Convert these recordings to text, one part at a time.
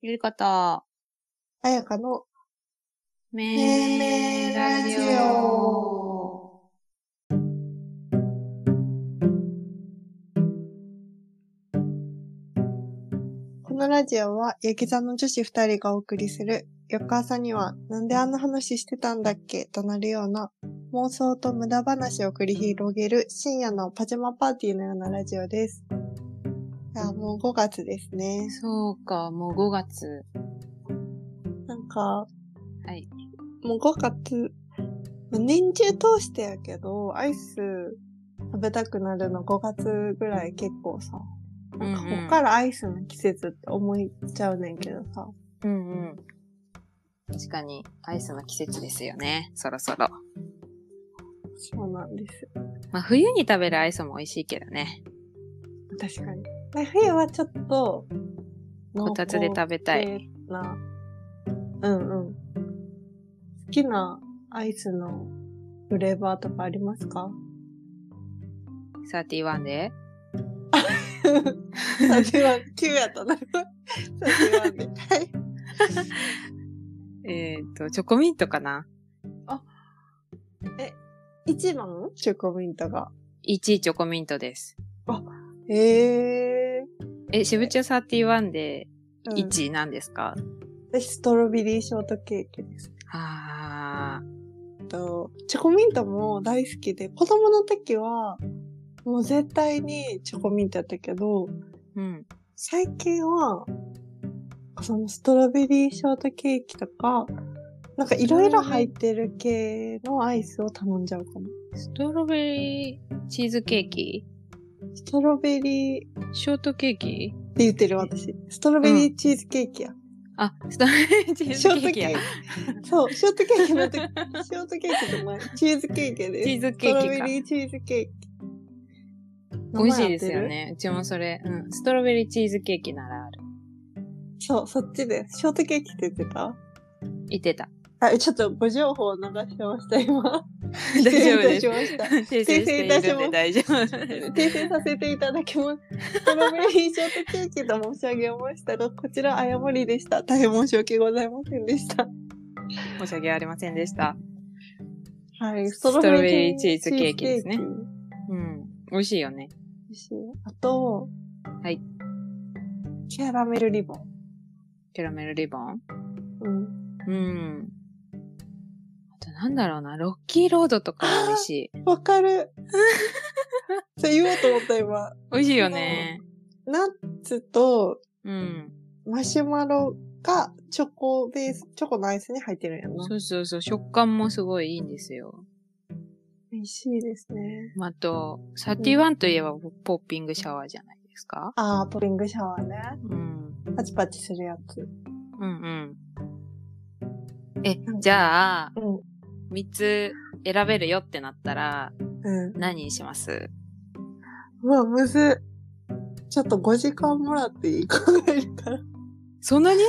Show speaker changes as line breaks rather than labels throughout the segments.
ゆりかた、
あやかの、
めめラジオ。
このラジオは、ヤギ座の女子二人がお送りする、翌朝には、なんであんな話してたんだっけとなるような、妄想と無駄話を繰り広げる深夜のパジャマパーティーのようなラジオです。いや、もう5月ですね。
そうか、もう5月。
なんか、
はい。
もう5月、まあ年中通してやけど、アイス食べたくなるの5月ぐらい結構さ、なんか
うんうん
こっからアイスの季節って思いちゃうねんけどさ、
うんうん。確かに、アイスの季節ですよね。そろそろ。
そうなんです。
まあ、冬に食べるアイスも美味しいけどね。
確かに。で冬はちょっと、
こたつで食べたい。
い。な、うんうん。好きなアイスのフレーバーとかありますか
31で。
?31、9やったな。31で。はい。
えっと、チョコミントかな
一番チョコミントが。
?1 位チョコミントです。
ええ
え、渋茶31で
ー。うん
1位なんですか、
私、ストロベリーショートケーキです。
あ
えっと、チョコミントも大好きで、子供の時は、もう絶対にチョコミントやったけど、
ー。うん。
最近は、そのストロベリーショートケーキとか、なんかいろいろ入ってる系のアイスを頼んじゃうかも。
ストロベリーチーズケーキ
ストロベリーって
ショートケーキ
言ってる私。ストロベリーチーズケーキや。
あ、ストロベリーチーズ
ショー
ケー
ト
キ
ケ
や。
ー
チ
キ。そう、ショートケーキの時、ショートケーキの前、チーズケーキです。
ーズ
スト
ケ
ロ
ー
ベ
キ
リーチーズケーキ。
か。 美味しいですよね。うちもそれ。うん。ストロベリーチーズケーキならある。
そう、そっちです。ショートケーキって言ってた
言って た。
あ、ちょっとご情報を流してました、今。
大丈夫で
失
す。
礼いたしま
訂
し
正しているんで大丈夫
た。
です。
訂正させていただきます。ストロベリーショートケーキと申し上げましたが、こちら誤りでした。大変申し訳ございませんでした。
申し訳ありませんでした。
はい、ス
トロベリーチーズケーキですね
チーズ
うん。美味しいよね。
ケーキ美味しいあと、
はい。
キャラメルリボン。
キャラメルリボン。
うん。
うん。あとなんだろうな。ロッキーロードとかも美味しい。
わか る。そう言おうと思った、今。
美味しいよね。
ナッツと
うん。
マシュマロがチョコベース、チョコのアイスに入ってるんやな。
そうそうそう。食感もすごいいいんですよ。
美味しいですね。
あと、31といえばポッピングシャワーじゃないですか。
あー、ポッピングシャワーね。
うん。
パチパチするやつ。
うんうん。え
ん、か
じゃあ、
うん。
3つ選べるよってなったら、
うん。
何にします
うわ、むずっ。ちょっと5時間もらっていい考えるから。
そんなに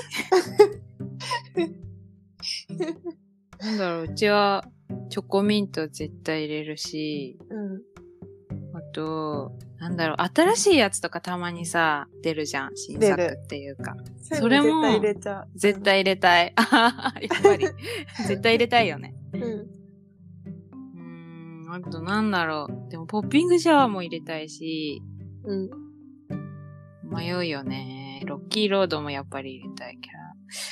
なんだろう、うちは、チョコミント絶対入れるし、
うん。
あと、なんだろう、新しいやつとかたまにさ、出るじゃん、新作
出る
っていうか。
そ
そ
れ
れも
も絶対入れちゃう。
絶対入れた い。あははやっぱり。絶対入れたいよね。
うん。
うーん、あとなんだろう。でも、ポッピングシャワーも入れたいし、
うん。
迷うよね。ロッキーロードもやっぱり入れたいキ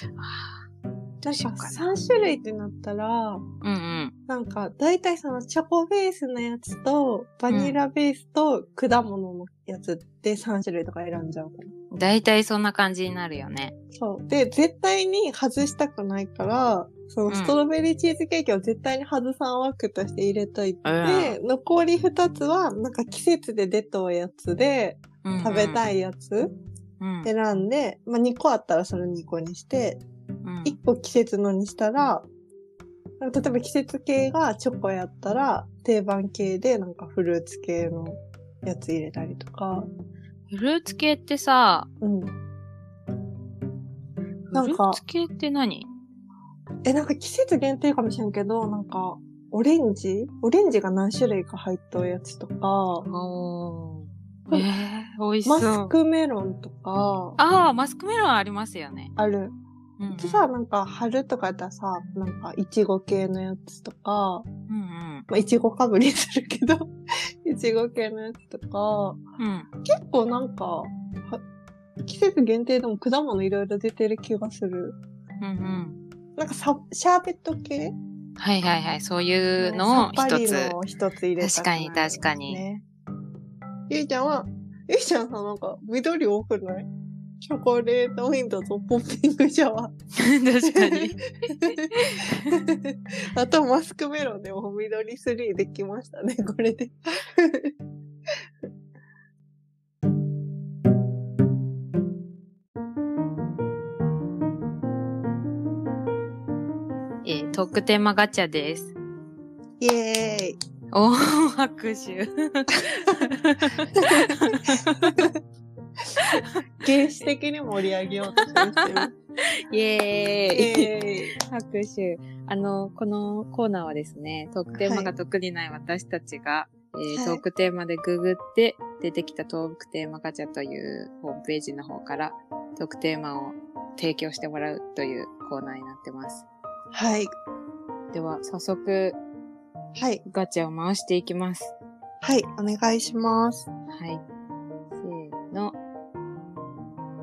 ャラ。あ
な
しよ
ん
う
か
かな
3種類ってなったら、
ーうん
なんか、だいたいそのチョコベースのやつと、バニラベースと、果物のやつって3種類とか選んじゃうかな。
うん。だいたいそんな感じになるよね。
そう。で、絶対に外したくないから、そのストロベリーチーズケーキを絶対に外さん枠として入れといて、
う
残り2つは、なんか季節で出たやつで、食べ
い。
たいやつ
うん
選んで、まあ、2個あったらそれ2個にして、
うん
1個季節のにしたら、なんか例えば季節系がチョコやったら、定番系でなんかフルーツ系のやつ入れたりとか、
フルーツ系ってさ、
うん。
フ
なんか
ルーツ系って何
え、なんか季節限定かもしれんけど、なんか、オレンジオレンジが何種類か入ったやつとか、
おー
う
え
ん
美味しそ
マ
う。
スクメロンとか、
ああ、マスクメロンありますよね。
ある。
うんうん
でさ、、なんか春とかやったらさ、なんかいちご系のやつとか、
うん
まあいちごかぶりするけど、 いちご系のやつとか、
うん。うん。
結構なんか、は季節限定でも果物いろいろ出てる気がする。
うんうん。
なんかさ、シャーベット系
はいはいはい。そういうの
さ
を
っぱり
一つ。
のを一つ入れた
確
くなる、
かに確かに
ね。ゆいちゃんは、ゆいちゃんさ、なんか緑多くないチョコレートウィンドウとポッピングシャワー。
確かに。
あとマスクメロンでも緑スリーできましたね、 これで。
えートークテーマガチャです。
イエーイ。
おお、拍手。
原始的に盛り上げようとして る。
イエ
イ
ーイ。
エーイ。
拍手。あの、このコーナーはですね、トークテーマが特にない私たちが、えー
はい
トークテーマでググって出てきたトークテーマガチャというホームページの方からトークテーマを提供してもらうというコーナーになってます。
はい。
では、早速
はい。
ガチャを回していきます。
はい。お願いします。
はい。せーの。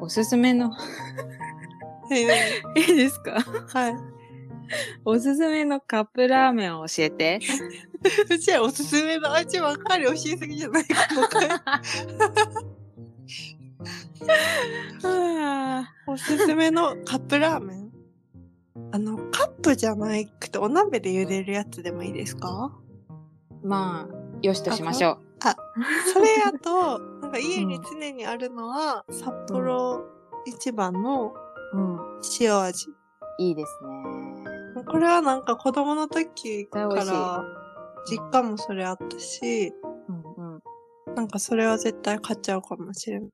おすすめの、 いいですか
はい。
おすすめのカップラーメンを教えて。
うちはおすすめの味ばっかり教えすぎじゃないか も。おすすめのカップラーメンあの、カップじゃなくてお鍋で茹でるやつでもいいですか
まあ、よしとしましょう。
それやと、なんか家に常にあるのは、札幌一番の
うん。
塩味。
いいです
これはなんか子供の時
絶対
か
美味し
ら、実家もそれあったし、
ね。うんうん。
なんかそれは絶対買っちゃうかもしれない。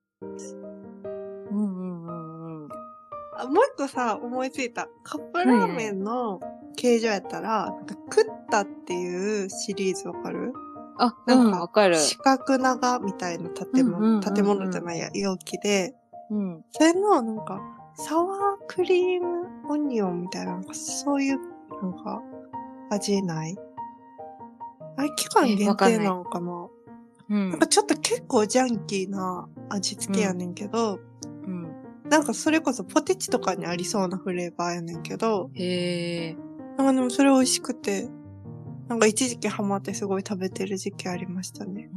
うんうんうんうん。
あもう一個さ、思いついた。カップラーメンの形状やったら、なんかクッタっていうシリーズわかる
あ、う
なん
ん、
か
わかる。
四角長みたいな建物、
うんうんうんうん
建物じゃないや、容器で、
うん。
それのなんか、サワークリームオニオンみたいな、なんかそういう、なんか、味ないあれ、期間
え
限
わかん
定
ない
なのかな
う
なん
ん
か。ちょっと結構ジャンキーな味付けやねんけど、
うん、
なんかそれこそポテチとかにありそうなフレーバーやねんけど、
へえ。
なんかでもそれ美味しくて、なんか一時期ハマってすごい食べてる時期ありましたね。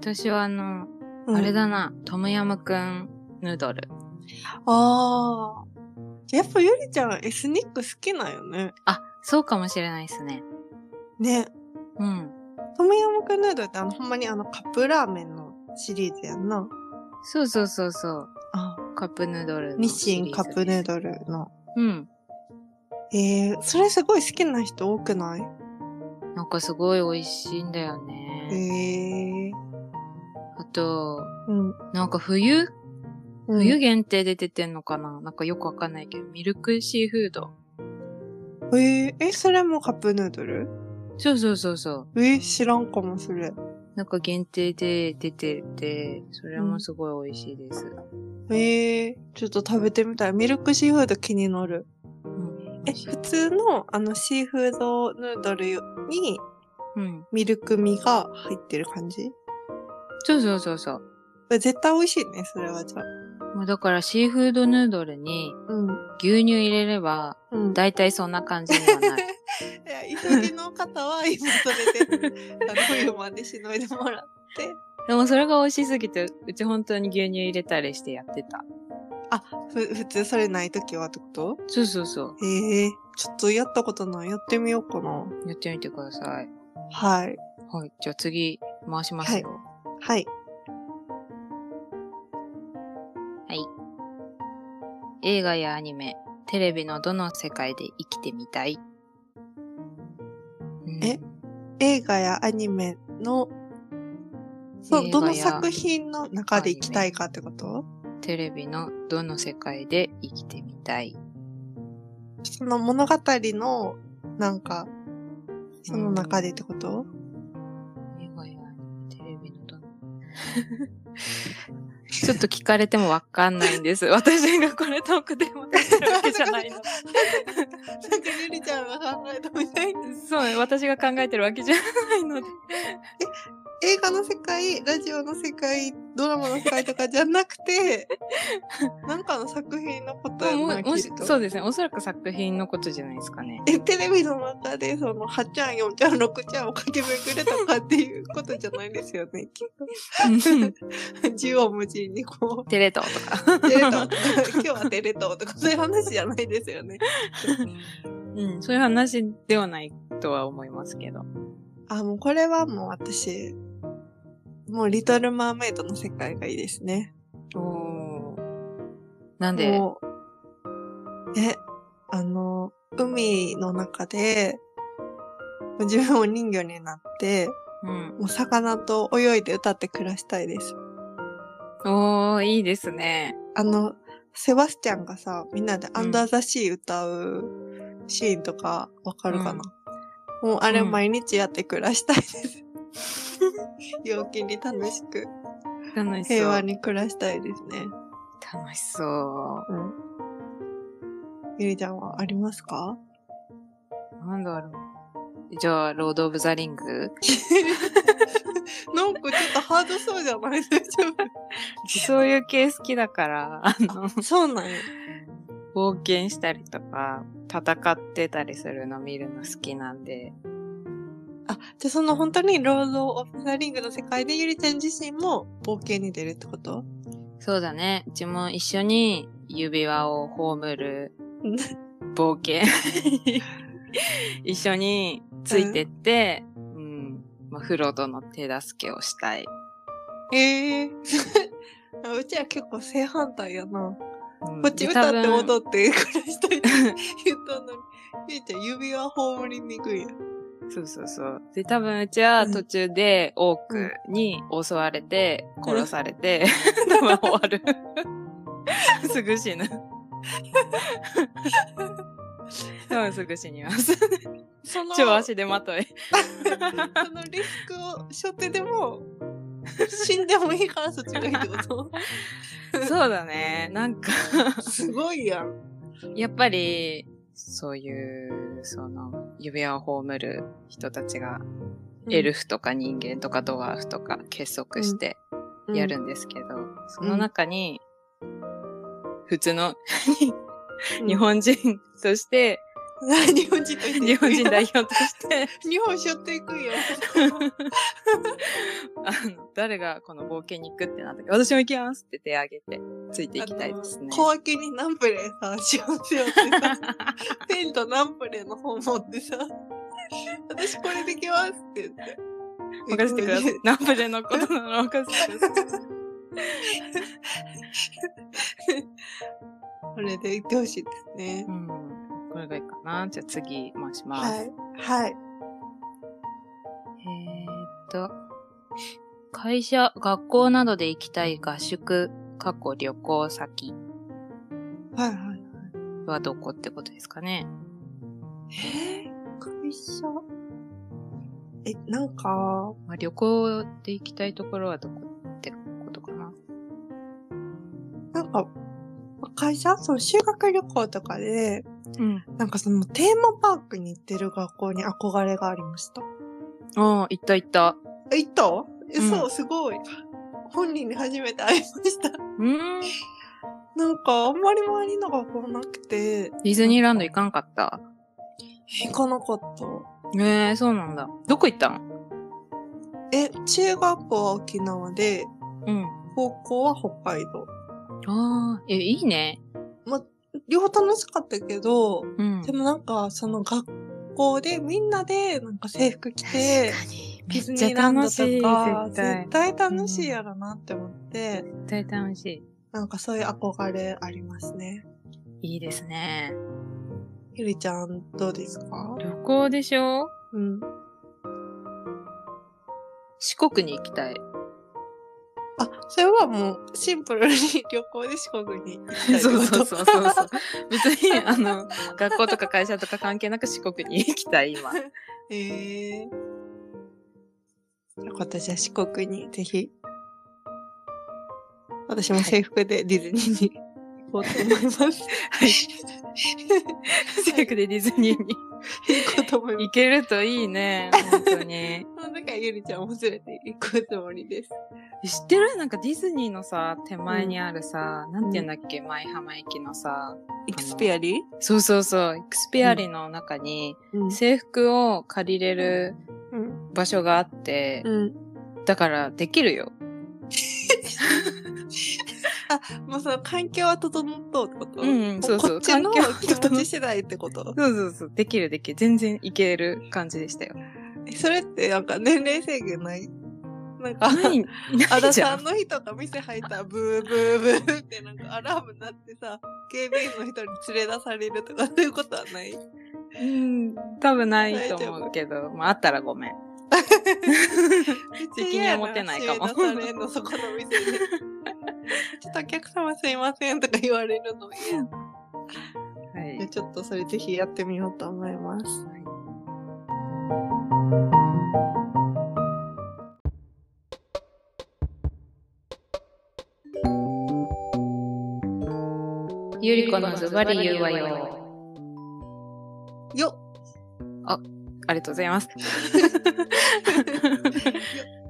私はあの、
うん
あれだな、トムヤムクンヌードル。
ああ。やっぱゆりちゃんエスニック好きなんよね。
あ、そうかもしれないですね。
ね。
うん。
トムヤムクンヌードルってあの、ほんまにあのカップラーメンのシリーズやんな。
そうそうそうそう。
あ
カップヌードルの
日清カップヌー
ド
ドルの。
ル。うん。
ええー、それすごい好きな人多くない
なんかすごい美味しいんだよね。
ええー。
あと、
うん。
なんか冬
うん
冬限定で出てんのかななんかよくわかんないけど、ミルクシーフード。
えー、え、それもカップヌードル
そうそうそうそう。
えー、知らんかも、それ。
なんか限定で出てて、それもすごい美味しいです。
ええー、ちょっと食べてみたい。ミルクシーフード気になる。
うん。
え、普通のあのシーフードヌードルに
うん。
ミルク味が入ってる感じ
そうそうそうそう。
絶対美味しいね、それはじゃあ。
まあだからシーフードヌードルに
うん。
牛乳入れれば、
うん。
だいたいそんな感じにはなる。
いや、急ぎの方は今そ れで、あの、冬までしのいでもらって。
でもそれが美味しすぎて、うち本当に牛乳入れたりしてやってた。
ふ、普通それない時はってこと
そうそうそ
ええちょっとやったことない。やってみようかな。
う。やってみてください。
はい。
はい。じゃあ次、回しますよ。
はい。
映画やアニメ、テレビのどの世界で生きてみたい、うん
え映画やアニメの、そう、
映
ど
画
の
や
作品の中で行きたいかってこと
テレビのどの世界で生きてみたい。
その物語の、なんか、その中でってこと、
映画やアニメテレビのどのちょっと聞かれてもわかんないん です。私がこれトークテーマとしてるわけじゃないの。
なんかゆりちゃんが考えたみたいな。
そうね、私が考えてるわけじゃない ので。
映画の世界、ラジオの世界、ドラマの世界とかじゃなくて、なんかの作品のことや
も
な、
うも
き
し
っ
そ
と。
うですね、おそらく作品のことじゃないですか ね。
え、テレビの中で、その、8ちゃん、4ちゃん、6ちゃんを駆け巡るとかっていうことじゃないですよね、きっと。縦横無尽にこ
テレ東とか。
う、テレ東とか、今日はテレ東とか、そういう話じゃないですよね。
うん、そういう話ではないとは思いますけど。
あ、もうこれはもう私、もうリトルマーメイドの世界がいいですね。
おなんで、
もう、え、あの、海の中で、自分も人魚になって、
うん。
もう魚と泳いで歌って暮らしたいです。
おー、いいですね。
あの、セバスチャンがさ、みんなでアンダーザシー歌うシーンとかわかるかな、もうあれ
うん
毎日やって暮らした いです。陽気に楽しく、
楽しそう。
平和に暮らしたいですね。
楽しそ
うん。ゆりちゃんはありますか
う。なんだろう。じゃあ、ロード・オブ・ザ・リング
なんかちょっとハードそうじゃない大丈
そういう系好きだから、 あの、
夫 そうなんや。
冒険したりとか、戦ってたりするの見るの好きなんで、
あ、じゃあその本当にロード・オブ・ザ・リングの世界でゆりちゃん自身も冒険に出るってこと
そうだね。うちも一緒に指輪を葬 る
うん
冒 険。一緒についてって、うん。まあ、フロドの手助けをしたい。
え えうちら結構正反対やな。
うん
こっち
で
歌って
多分
踊って暮らしたいって 言ったのに、ゆりちゃん指輪葬りにくいやん。
そうそうそう。で、多分うちは途中で多くに襲われて、殺されて、 多分終わる。すぐ死ぬ。多分すぐ死に ます。
その
超足でまと い。
そのリスクを背負ってでも、死んでもいいからそっちがいいって こ
そうだね。なんか、
とすごいやん。
やっぱり、そういう、その、指輪を葬る人たちが、エルフとか人間とかドワーフとか結束してやるんですけど、その中に、普通の日本人として、
うん。 日本人としていく
日本人代表として、
日本背負っていくんや。
あの、誰がこの冒険に行くってなった時、私も行きますって手挙げて、ついていきたい ですね
あの。小分けにナンプレさ、幸せよってさ、 テントナンプレの本持ってさ、私これできますって言って。
任せてくださ い。ナンプレのことなら任せてください。
これで行ってほしいですね
う。ん。これがいいかな。じゃあ次、回します。
はい。は
えー
い。
っと、会社、学校などで行きたい合宿、過去旅行先
はいはい。
はどこってことですかね。
えー、会社え、なんか、
まあ、旅行で行きたいところはどこってことかな。
なんか、会社その修学旅行とかで、
うん。
なんかそのテーマパークに行ってる学校に憧れがありました。
ああ、行った行った。
え、行ったえ、
うん
そう、すごい。本人に初めて会いました。
うーん。デ
なんか、あんまり周りの学校なくて、
ィズニーランド行かんかった。
行かなかった。
ええー、そうなんだ。どこ行ったの
え、中学校は沖縄で、
うん。
高校は北海道。
ああ、え、いいね。
両方楽しかったけど、
うん。
でもなんか、その学校でみんなでなんか制服着て、
に。
デ
め
ィズ
っち
ニー
ゃ
ランド
楽
と
しい。
か
絶対。
絶対楽しいやろなって思って、
絶対楽しい。
なんかそういう憧れありますね。
いいですね。
ゆりちゃん、どうですか
旅行でしょ
うん。
四国に行きたい。
あ、それはもうシンプルに旅行で四国に行きたいって
そ
こ
う
と。
そうそ うそうそう。別 に、あの、学校とか会社とか関係なく四国に行きたい、 今。
へえー。よかった、じゃあ四国にぜひ私も制服でディズニーに行こうと 思います。
はい。制服でディズニーに
行こうと思います
行けるといいね。本当に。
その中、ゆりちゃんも連れて行くつもりです。
知ってるなんかディズニーのさ、手前にあるさ、なんていうんだっけ、舞浜駅のさ、
エクスペアリー
そうそうそう、エクスペアリの中に、
うん
制服を借りれる
うん。
場所があって、
うん。
だからできるよ。
もうその環境は整っとうってこと
うんうんそうそう
こっちの
環境は整っ
気持ち次第ってこと
そうそうそう、できるできる。全然いける感じでしたよ。
えそれってなんか年齢制限ないなんか、
ない、
あ
ない
だ
じ
さ
ゃん。
んの日とか店入ったらブーブーブーってなんかアラーム鳴ってさ、警備員の人に連れ出されるとかそういうことはない
うん、多分ないと思うけど、まああったら ごめん。責任は持てないかも
めっちゃ嫌やな連れ出されんのそこの店 で。ちょっとお客様すいませんとか言われるの嫌や
はい
いや。ちょっとそれぜひやってみようと思います。
ゆりこのズバリ言うわよ。
よっ
ありがとうございます。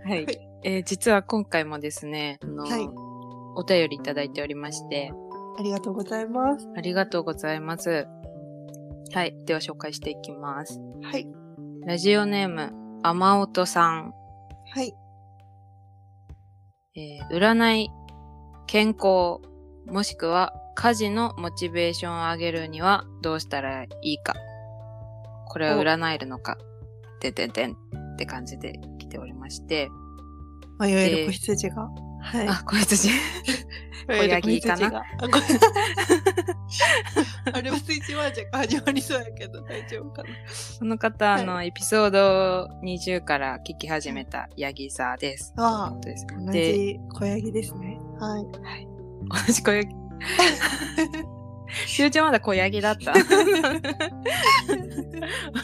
は
はい
い。えー実は今回もですね、あの、
はい
お便りいただいておりまして、
ありがとうございます。
ありがとうございます。はい。では紹介していきます。
はい。
ラジオネーム、あまおとさん。
はい。
えー占い、健康、もしくは家事のモチベーションを上げるにはどうしたらいいか。これは占えるのか。てんてんてんって感じで来ておりまして。
まあ、いわゆ
え
る
ー
子羊が。はい。
あ、こいつじ。
いわゆる
子ヤギかな
子羊があこ あれはスイッチマージャンが始まりそうやけど大丈夫かな。
この方、
はい
あの、エピソード20から聞き始めたヤギ座です。
ああ
ということで
同
す。で、
じ子ヤギですね。はい。
同じ小ヤギ。しゅうちゃんまだ小ヤギだった。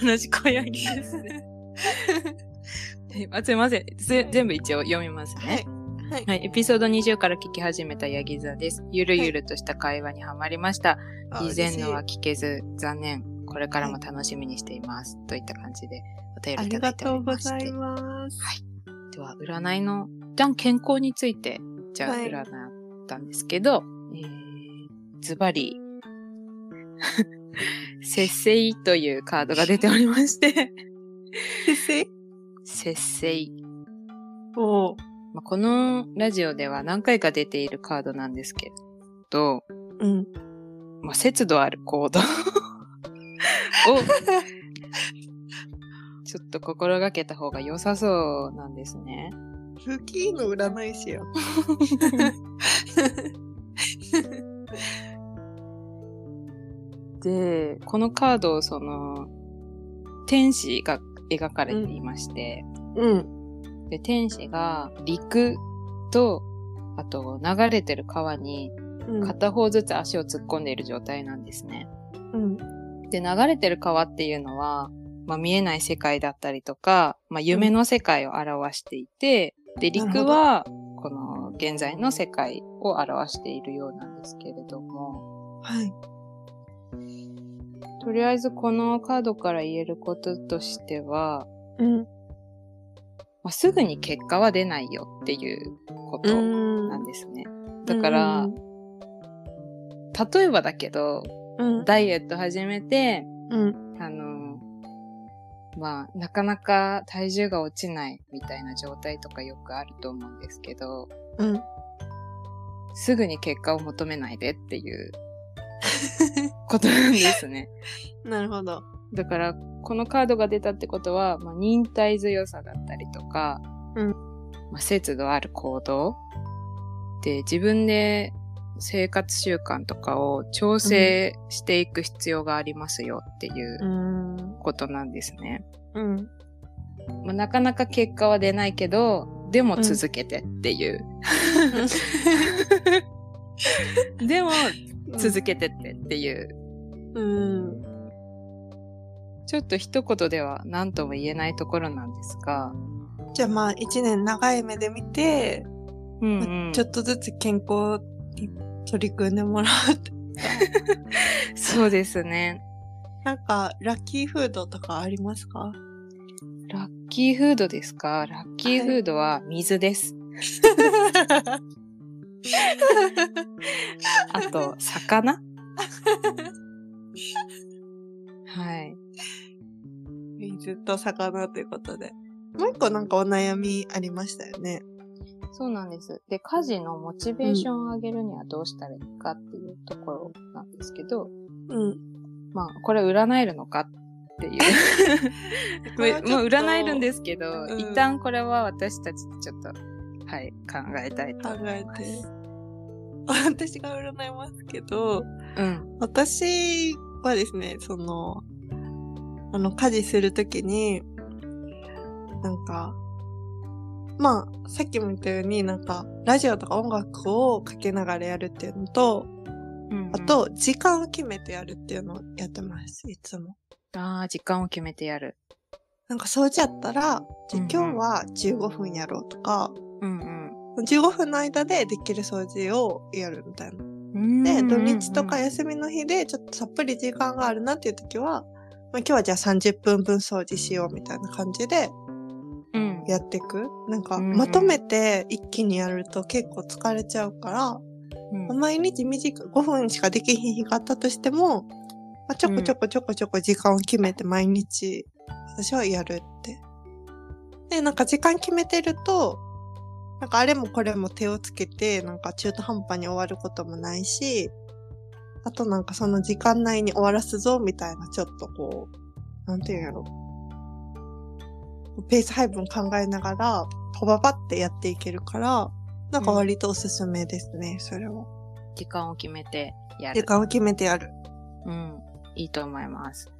同じ小ヤギです ね。であすいません。ぜ全部一応読みますね。
はい。はい。
はい、エピソード20から聞き始めたヤギ座です。ゆるゆるとした会話にはまりました。
あ
以前のは
嬉し
聞けず、残念。これからも楽しみにしています。といった感じでお便
いあ
りい
り
ただ
が
いており
とうご
まし
ざ
て
い。ます。
では、占いの、じゃん健康について、じゃあ
はい
占ったんですけど、えーズバリ、 節制というカードが出ておりまして、
先生
節制。
おう
まあ、このラジオでは何回か出ているカードなんですけど、
うん。
まあ、節度ある行動を、ちょっと心がけた方が良さそうなんですね。
ルキーの占い師や。
で、このカードをその、天使が描かれていまして、
うん。
で、天使が陸と、あと流れてる川に
うん。
片方ずつ足を突っ込んでいる状態なんですね。
うん。
で、流れてる川っていうのは、まあ見えない世界だったりとか、まあ夢の世界を表していて、で、
なるほ
陸
ど
は、この現在の世界を表しているようなんですけれども、
はい。
とりあえずこのカードから言えることとしては、
うん。
まあ、すぐに結果は出ないよっていうことなんですね。だから、例えばだけど、
うん。
ダイエット始めて、
うん。
あの、まあ、なかなか体重が落ちないみたいな状態とかよくあると思うんですけど、
うん。
すぐに結果を求めないでっていうことなんですね。
なるほど。
だから、このカードが出たってことは、まあ、忍耐強さだったりとか、
うん
まあ、節度ある行動で、自分で生活習慣とかを調整していく必要がありますよっていう
うん。
ことなんですね。
うん。
まあ、なかなか結果は出ないけど、でも続けてっていう。 でも続けてってっていう
うん。
ちょっと一言では何とも言えないところなんですが、
じゃあまあ、一年長い目で見て、
うん
ま
う
あ
ん
ちょっとずつ健康に取り組んでもらうって。
そうですね。
なんか、ラッキーフードとかあります か
ラッキーフードですかラッキーフードは水です。あと、魚はい。
水と魚ということで。もう一個なんかお悩みありましたよね。
そうなんです。で、家事のモチベーションを上げるにはどうしたらいいかっていうところなんですけど、
うん。
まあ、これ占えるのかっていう。
これはちょっと
もう占えるんですけど、
うん
一旦これは私たちでちょっと、はい、考えたいと
考
思
え
いま
て
す。。
私が占いますけど、
うん。
私はですね、その、あの、家事するときに、なんか、まあ、さっきも言ったように、なんか、ラジオとか音楽をかけながらやるっていうのと、
うんうん
あ、と、時間を決めてやるっていうのをやってます、いつも。
ああ、時間を決めてやる。
なんか、掃除やったら、じゃあ
うんうん
今日は15分やろうとか、
うん
15分の間でできる掃除をやるみたい
う
な。
ん。
で、
うん
土
うんうん
日とか休みの日で、ちょっとさっぱり時間があるなっていう時は、まあ、今日はじゃあ30分分掃除しようみたいな感じで
うん。
やっていく。なんか、
うんうん
まとめて一気にやると結構疲れちゃうから、
うん
まあ毎日短く5分しかできひん日があったとしても、まあ、ちょこちょこちょこちょこ時間を決めて毎日私はやるって。で、なんか時間決めてると、なんかあれもこれも手をつけて、なんか中途半端に終わることもないし、あとなんかその時間内に終わらすぞみたいなちょっとこう、なんていうんやろ。ペース配分考えながら、パパパってやっていけるから、なんか割とおすすめですね、それは。
時間を決めてや
時
る。
間を決めてやる。
うん。いいと思います。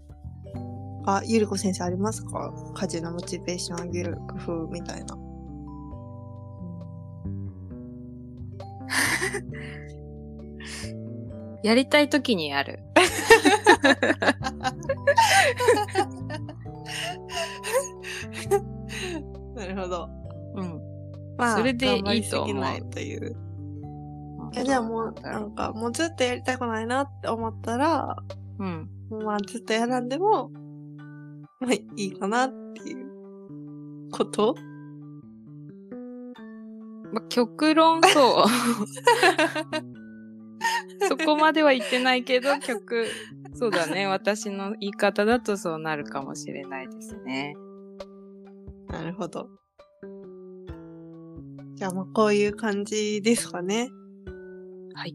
あ、ゆりこ先生ありますか家事のモチベーション上げる工夫みたいな。
やりたい時にやる。
なるほど。
うん。
まあ、
それでいいと思う
頑張りすぎないという。いや、じゃあも
な
う、
んだ
な
ろ
んか、もうずっとやりたくないなって思ったら、
ううん。
まあ、ずっとやらんでも、まあ、いいかなっていうこと
まあ、極論そう。 そこまでは言ってないけど、曲、そうだね。私の言い方だとそうなるかもしれないですね。
なるほど。じゃあ、まあ、こういう感じですかね。
はい。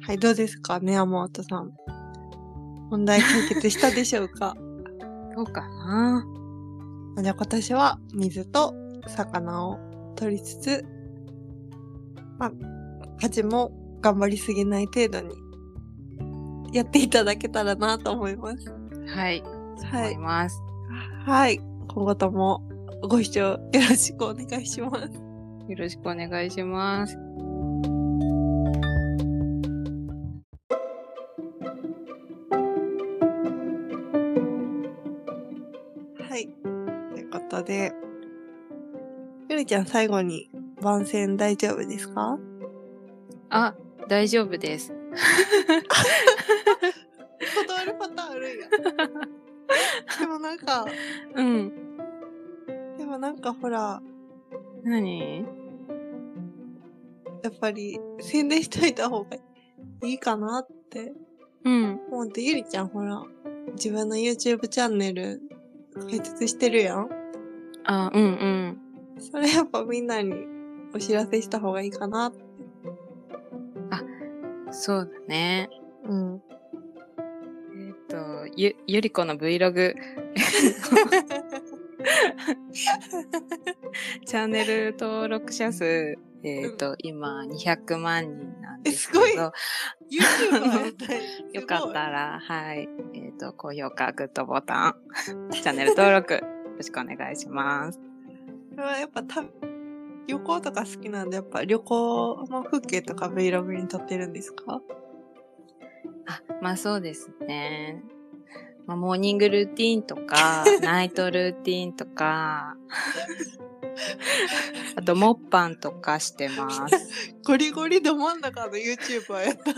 はい、どうですかね、山本さん。問題解決したでしょうか
どうかな
じゃあ、今年は水と魚を取りつつ、まあ、家事も頑張りすぎない程度に、やっていただけたらなと思います。
はい。
は
思
い
い。ます。
はい。今後ともご視聴よろしくお願いします。
よろしくお願いします。
はい。ということで、ゆりちゃん最後に番宣大丈夫ですか
あ、大丈夫です。
断るパターンあるんや。 でもなんか、
うん。
でもなんかほら、
何
やっぱり宣伝しといた方がいいかなって
うん。
思って、ゆりちゃんほら、自分の YouTube チャンネル開設してるやん。
あ、うんうん。
それやっぱみんなにお知らせした方がいいかな。
そうだね。
うん。
えっ、と、ゆ、ゆりこの Vlog チャンネル登録者数、えっ、と、今200万人なんですけど、
えすごい
よ
YouTuber みたい。
かったら、はい、えっ、と、高評価、グッドボタン、チャンネル登録、よろしくお願いします。
これはやっぱた旅行とか好きなんで、やっぱ旅行の風景とか Vlog に撮ってるんですか
あ、まあそうですね。 まあ、モーニングルーティンとか、ナイトルーティンとか、あと、モッパンとかしてます。
ゴリゴリど真ん中の YouTuber やった。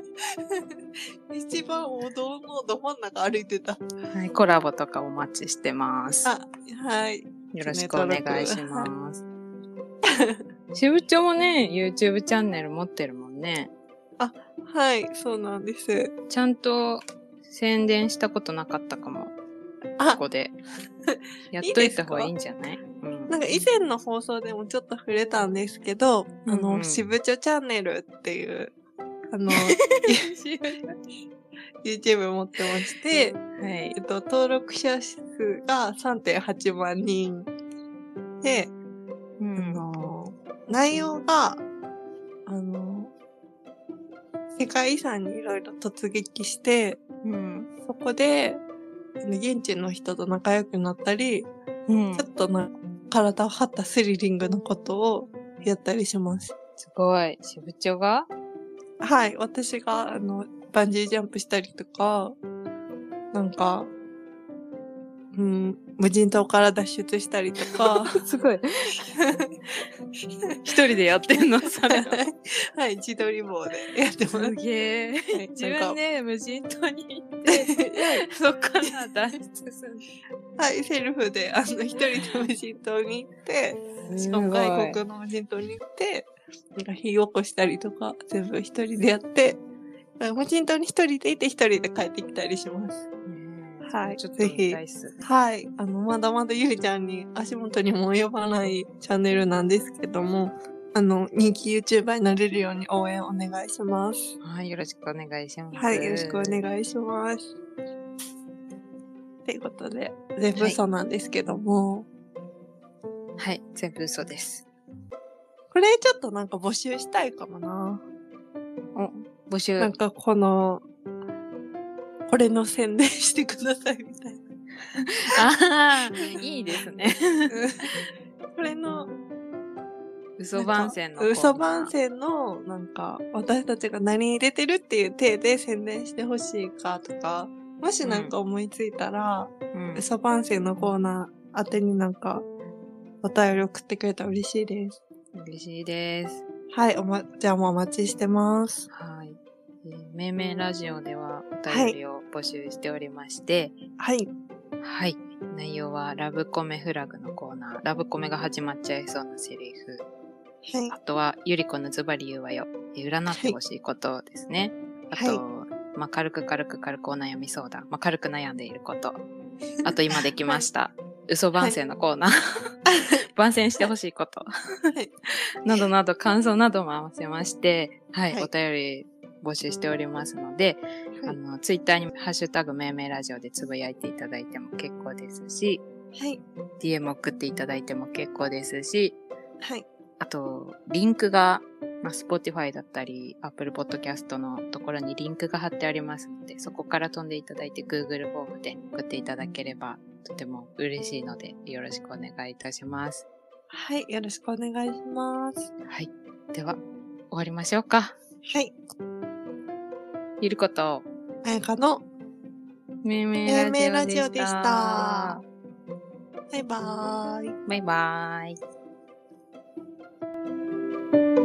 一番王道のど真ん中歩いてた。
はい、コラボとかお待ちしてます。
あ、はい。
よろしくお願いし ます。しぶちょもね、YouTube チャンネル持ってるもんね。
はい、そうなんです。
ちゃんと宣伝したことなかったかも、こ
あ、
こ で。やっといた方がいいんじゃないうん
なんか以前の放送でもちょっと触れたんですけど、あ
うんう
の、
ん
しぶちょチャンネルっていう、あの、YouTube 持ってまして、
はい
え。っと、登録者数が3.8万人で、
う
あ
ん。
の内容が、あの、世界遺産にいろいろ突撃して、
うん。
そこで、あの現地の人と仲良くなったり、
うん
ちょっとな体を張ったスリリングなことをやったりします。
すごい。しぶちょが
はい、私が、あの、バンジージャンプしたりとか、なんか、うん、無人島から脱出したりとか、
すごい。 一人でやって んのそれ。
はい、自撮り棒でやってます
す。げえ。
はい
自
な
分
んか
で無人島に行って、そっから脱出する。
はい、セルフで、あの、一人で無人島に行って、しかも外国の無人島に行って、なんか火起こしたりとか、全部一人でやって、無人島に一人でいて一人で帰ってきたりします。
ねえ
はい
ちょっと
ぜひ
見たいっす。
はい、あの、まだまだゆりちゃんに足元にも及ばないチャンネルなんですけども、あの、人気 YouTuber になれるように応援お願いします。
はい、よろしくお願いします。
はい、よろしくお
い
願いします。ということで、全部そうなんですけども、
はい、全部嘘です。
これちょっとなんか募集したいかもな。
募集
なんかこの、これの宣伝してくださいみたいな。
あ ーいいですね。
これの、
嘘番宣のコーナー。
嘘番宣の、なんか、私たちが何に出てるっていう体で宣伝してほしいかとか、もしなんか思いついたら、
うん。
嘘番宣のコーナー宛てになんか、お便り送ってくれたら嬉しいです。
嬉しいです。
はい、おま、じゃあもうお待ちしてます。
はい。えーめいめいラジオではお便りを募集しておりまして、
はい。
はい。内容はラブコメフラグのコーナー、ラブコメが始まっちゃいそうなセリフ、
はい
あ。とは、ゆりこのズバリ言うわよ。えー占ってほしいことですね。
はい
あと、まあ、軽く軽く軽くお悩み相談。まあ、軽く悩んでいること。あと、今できました。嘘番宣のコ ーナー。番宣してほしいこと。
はい。
などなど、感想なども合わせまして、はい、
はい
お便り募集しておりますので、
は
あ
い
の、ツイッターにハッシュタグめいめいラジオでつぶやいていただいても結構ですし、
はい。
DM 送っていただいても結構ですし、
はい。
あと、リンクが、まあ、Spotify だったり、Apple Podcast のところにリンクが貼ってありますので、そこから飛んでいただいて Google フォームで送っていただければ、とても嬉しいので、よろしくお願いいたします。
はい。よろしくお願いします。
はい。では、終わりましょうか。
はい。
ゆること、
あやかの
めいめ
有名
い
ラ
ラ
ジ
ジ
オ
オ
で
で
し
したた。。
バイバーイ。
バイバーイ。